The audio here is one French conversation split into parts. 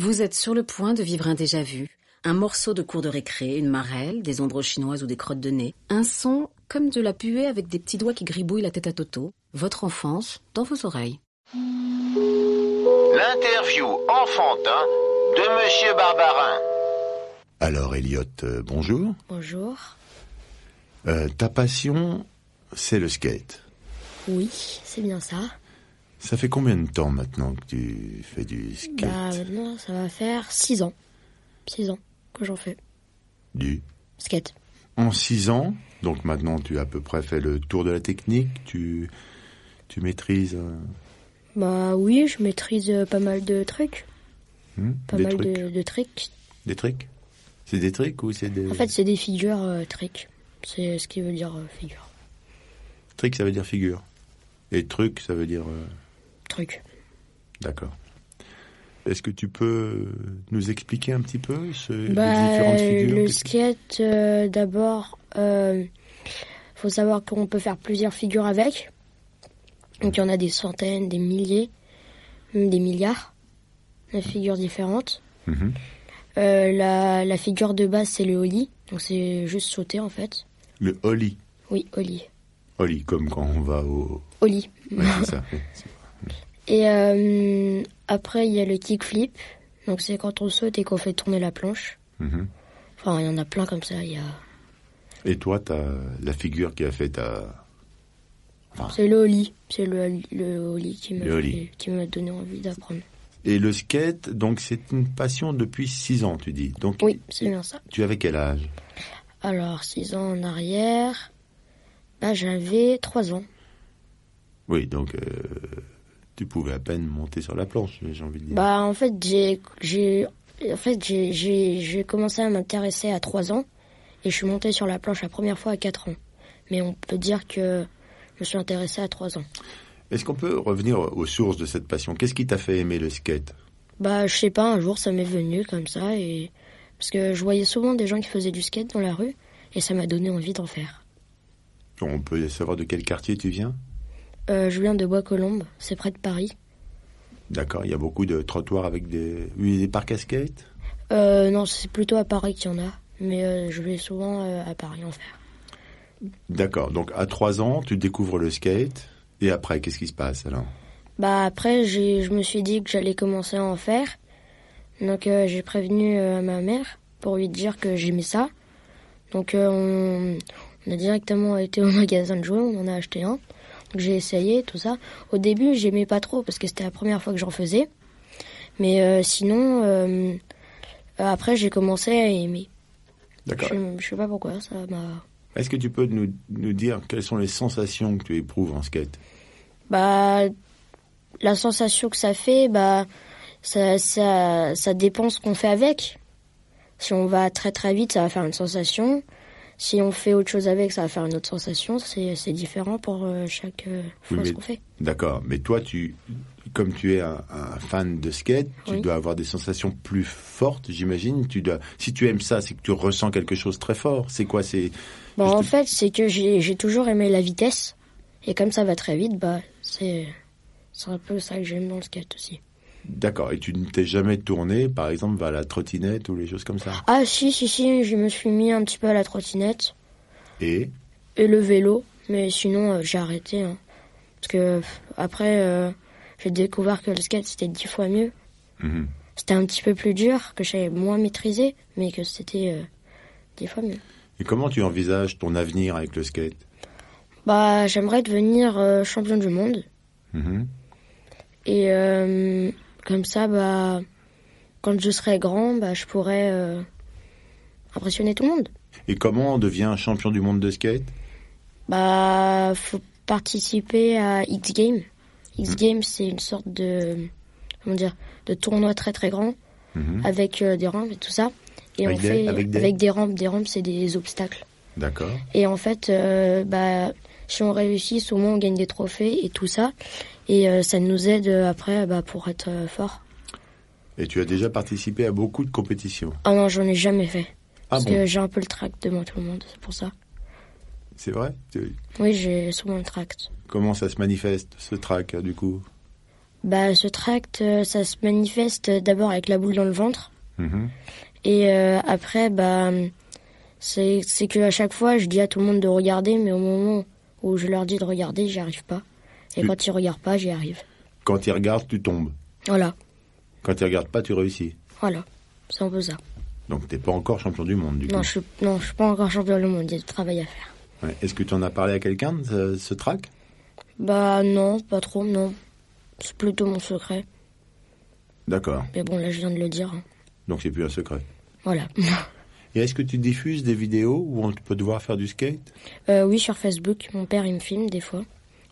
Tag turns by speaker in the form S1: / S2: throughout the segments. S1: Vous êtes sur le point de vivre un déjà-vu, un morceau de cours de récré, une marelle, des ombres chinoises ou des crottes de nez, un son comme de la puée avec des petits doigts qui gribouillent la tête à Toto, votre enfance dans vos oreilles.
S2: L'interview enfantin de Monsieur Barbarin.
S3: Alors, Elliot, euh, bonjour.
S4: Bonjour.
S3: Euh, ta passion, c'est le skate.
S4: Oui, c'est bien ça.
S3: Ça fait combien de temps maintenant que tu fais du skate
S4: Bah maintenant, ça va faire 6 ans. 6 ans que j'en fais.
S3: Du.
S4: Skate.
S3: En six ans, donc maintenant tu as à peu près fait le tour de la technique, tu, tu maîtrises euh,
S4: Bah oui, je maîtrise euh, pas mal de trucs.
S3: hmm,
S4: Pas
S3: des
S4: mal
S3: trucs.
S4: de, de tricks.
S3: Des tricks C'est des tricks ou c'est des.
S4: En fait, c'est des figures euh, tricks. C'est ce qui veut dire euh, figure.
S3: Trick, ça veut dire figure. Et truc, ça veut dire. euh,
S4: Truc.
S3: D'accord. Est-ce que tu peux nous expliquer un petit peu ce,
S4: Bah,
S3: les différentes figures
S4: le
S3: qu'est-ce que-
S4: skate, euh, d'abord, euh, faut savoir qu'on peut faire plusieurs figures avec. Donc, il y en a des centaines, des milliers, même des milliards de figures différentes.
S3: Mhm.
S4: Euh, la, la figure de base, c'est le ollie. Donc, c'est juste sauter, en fait.
S3: Le ollie.
S4: Oui, ollie.
S3: Ollie, comme quand on va au.
S4: Ollie.
S3: Ouais, c'est ça. ouais, c'est-
S4: Et euh, après, il y a le kickflip. Donc, c'est quand on saute et qu'on fait tourner la planche.
S3: Mhm.
S4: Enfin, il y en a plein comme ça. Il y a...
S3: Et toi, t'as la figure qui a fait ta.
S4: C'est le ollie. C'est le, le ollie qui m'a
S3: Le ollie.
S4: fait- qui m'a donné envie d'apprendre.
S3: Et le skate, donc c'est une passion depuis 6 ans, tu dis. Donc,
S4: Oui, c'est bien ça.
S3: Tu avais quel âge
S4: Alors, 6 ans en arrière, bah, j'avais 3 ans.
S3: Oui, donc euh, tu pouvais à peine monter sur la planche, j'ai envie de dire.
S4: Bah, en fait, j'ai, j'ai, en fait, j'ai, j'ai, j'ai commencé à m'intéresser à 3 ans et je suis montée sur la planche la première fois à 4 ans. Mais on peut dire que je me suis intéressée à 3 ans.
S3: Est-ce qu'on peut revenir aux sources de cette passion Qu'est-ce qui t'a fait aimer le skate
S4: Bah, je sais pas, un jour ça m'est venu comme ça et. Parce que je voyais souvent des gens qui faisaient du skate dans la rue et ça m'a donné envie d'en faire.
S3: On peut savoir de quel quartier tu viens
S4: Euh, je viens de Bois-Colombes, c'est près de Paris.
S3: D'accord, il y a beaucoup de trottoirs avec des, oui, des parcs à skate
S4: Euh, non, c'est plutôt à Paris qu'il y en a, mais euh, je vais souvent euh, à Paris en faire.
S3: D'accord, donc à 3 ans, tu découvres le skate. Et après, qu'est-ce qui se passe alors
S4: Bah après, j'ai, je me suis dit que j'allais commencer à en faire. Donc euh, j'ai prévenu euh, ma mère pour lui dire que j'aimais ça. Donc euh, on, on a directement été au magasin de jouets, on en a acheté un. Donc j'ai essayé tout ça. Au début, j'aimais pas trop parce que c'était la première fois que j'en faisais. Mais euh, sinon, euh, après, j'ai commencé à aimer.
S3: D'accord.
S4: Je, je sais pas pourquoi, ça m'a...
S3: Est-ce que tu peux nous, nous dire quelles sont les sensations que tu éprouves en skate
S4: Bah, la sensation que ça fait, bah, ça, ça, ça dépend ce qu'on fait avec. Si on va très très vite, ça va faire une sensation. Si on fait autre chose avec, ça va faire une autre sensation. C'est c'est différent pour euh, chaque euh, fois
S3: Oui,
S4: ce
S3: mais-
S4: qu'on fait.
S3: D'accord, mais toi, tu, comme tu es un, un fan de skate, tu
S4: Oui.
S3: dois avoir des sensations plus fortes, j'imagine. Tu dois, si tu aimes ça, c'est que tu ressens quelque chose de très fort. C'est quoi C'est
S4: Bon,
S3: juste-
S4: en fait, c'est que j'ai j'ai toujours aimé la vitesse. Et comme ça va très vite, bah, c'est c'est un peu ça que j'aime dans le skate aussi.
S3: d'accord. Et tu ne t'es jamais tourné, par exemple, vers la trottinette ou les choses comme ça.
S4: Ah, si, si, si, je me suis mis un petit peu à la trottinette.
S3: Et
S4: et le vélo, mais sinon euh, j'ai arrêté. hein. Parce que pff, après, euh, j'ai découvert que le skate c'était dix fois mieux.
S3: Mhm.
S4: C'était un petit peu plus dur, que j'avais moins maîtrisé, mais que c'était euh, dix fois mieux.
S3: et comment tu envisages ton avenir avec le skate
S4: Bah, j'aimerais devenir euh, champion du monde.
S3: Mhm.
S4: Et euh, comme ça, bah, quand je serai grand, bah, je pourrais euh, impressionner tout le monde.
S3: Et comment on devient champion du monde de skate Mm.
S4: Bah, faut participer à X Games. X Games, c'est une sorte de comment dire, de tournois très très grands
S3: Mhm.
S4: avec euh, des rampes et tout ça. Et
S3: Avec
S4: on
S3: des-
S4: fait
S3: avec
S4: avec
S3: des-
S4: des... rampes, des rampes c'est des obstacles.
S3: D'accord.
S4: Et en fait, euh, bah, si on réussit, au moins on gagne des trophées et tout ça. Et euh, ça nous aide euh, après bah, pour être euh, fort.
S3: Et tu as déjà participé à beaucoup de compétitions.
S4: Ah non, j'en ai jamais fait.
S3: Ah
S4: parce
S3: bon
S4: que j'ai un peu le tract devant tout le monde, c'est pour ça.
S3: C'est vrai Tu-
S4: Oui, j'ai souvent le tract.
S3: Comment ça se manifeste, ce trac, du coup
S4: Bah, ce tract, euh, ça se manifeste d'abord avec la boule dans le ventre.
S3: Mhm.
S4: Et euh, après, bah, c'est c'est que à chaque fois, je dis à tout le monde de regarder, mais au moment où je leur dis de regarder, j'y arrive pas. Et
S3: Tu-
S4: quand ils regardent pas, j'y arrive.
S3: Quand ils regardent, tu tombes.
S4: Voilà,
S3: Quand ils regardent pas, tu réussis.
S4: voilà. C'est un peu ça.
S3: Donc t'es pas encore champion du monde, du
S4: Non,
S3: coup.
S4: je suis, non, je suis pas encore champion du monde, il y a du travail à faire.
S3: Ouais. Est-ce que tu en as parlé à quelqu'un, de ce, ce trac
S4: Bah, non, pas trop, non. C'est plutôt mon secret.
S3: D'accord.
S4: Mais bon, là, je viens de le dire. hein.
S3: Donc c'est plus un secret.
S4: Voilà.
S3: Et est-ce que tu diffuses des vidéos où on peut te voir faire du skate
S4: Euh, oui, sur Facebook, mon père, il me filme des fois.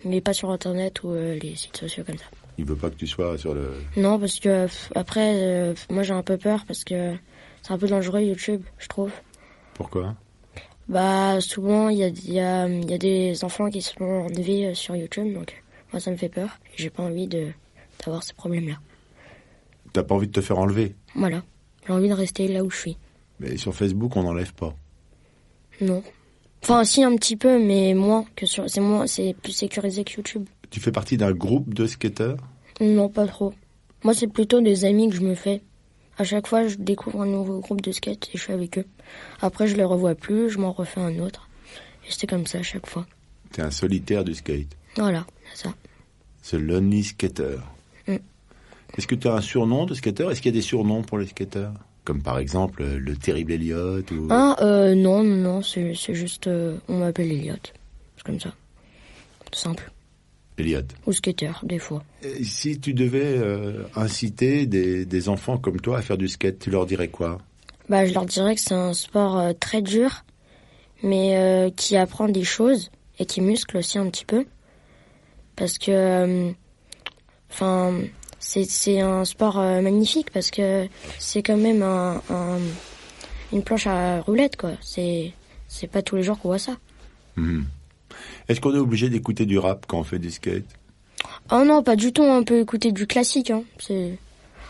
S4: Mais pas sur Internet ou euh, les sites sociaux comme ça.
S3: Il veut pas que tu sois sur le...
S4: Non, parce que pff, après, euh, pff, moi j'ai un peu peur parce que c'est un peu dangereux YouTube, je trouve.
S3: Pourquoi
S4: Bah, souvent il y a, il y, a, il y a des enfants qui sont enlevés euh, sur YouTube, donc moi ça me fait peur. J'ai pas envie de d'avoir ce problème-là.
S3: T'as pas envie de te faire enlever.
S4: Voilà, j'ai envie de rester là où je suis.
S3: Mais sur Facebook, on n'enlève pas.
S4: Non. Enfin, si un petit peu, mais moins que sur. C'est moins, c'est plus sécurisé que YouTube.
S3: Tu fais partie d'un groupe de skateurs
S4: Non, pas trop. Moi, c'est plutôt des amis que je me fais. À chaque fois, je découvre un nouveau groupe de skate et je suis avec eux. Après, je les revois plus, je m'en refais un autre. Et c'est comme ça à chaque fois.
S3: T'es un solitaire du skate.
S4: Voilà, c'est ça.
S3: Ce lonely skater.
S4: Mm.
S3: Est-ce que tu as un surnom de skateur Est-ce qu'il y a des surnoms pour les skateurs Comme par exemple euh, le terrible Elliot ou...
S4: Ah, euh, non, non, non, c'est c'est juste. euh, on m'appelle Elliot. C'est comme ça. Tout simple.
S3: Elliot.
S4: Ou skater, des fois.
S3: Et Si tu devais euh, inciter des, des enfants comme toi à faire du skate, tu leur dirais quoi
S4: Bah, je leur dirais que c'est un sport euh, très dur, mais euh, qui apprend des choses et qui muscle aussi un petit peu. Parce que, euh, enfin, c'est c'est un sport euh, magnifique parce que c'est quand même un, un- une planche à roulette, quoi. C'est c'est pas tous les jours qu'on voit ça.
S3: Mhm. Est-ce qu'on est obligé d'écouter du rap quand on fait du skate
S4: Oh non, pas du tout. On peut écouter du classique. Hein. C'est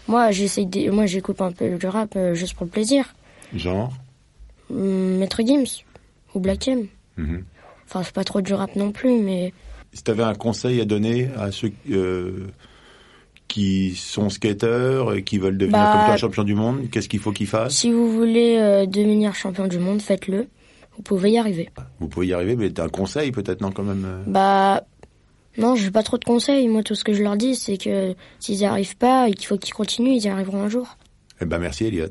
S4: moi, j'essaie. de- Moi, j'écoute un peu du rap euh, juste pour le plaisir.
S3: Genre
S4: Hum, Maître Gims ou Black M.
S3: Mhm.
S4: Enfin, c'est pas trop du rap non plus, mais
S3: Si tu avais un conseil à donner à ceux euh, qui sont skateurs et qui veulent devenir
S4: Bah-
S3: comme toi champion du monde, qu'est-ce qu'il faut qu'ils fassent
S4: si vous voulez euh, devenir champion du monde, faites-le. Vous pouvez y arriver.
S3: Vous pouvez y arriver, mais t'as un conseil peut-être, non, quand même euh
S4: Bah, non, j'ai pas trop de conseils. Moi, tout ce que je leur dis, c'est que s'ils y arrivent pas et qu'il faut qu'ils continuent, ils y arriveront un jour.
S3: Eh ben merci Elliot.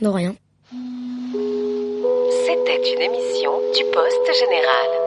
S4: De rien.
S5: C'était une émission du Poste Général.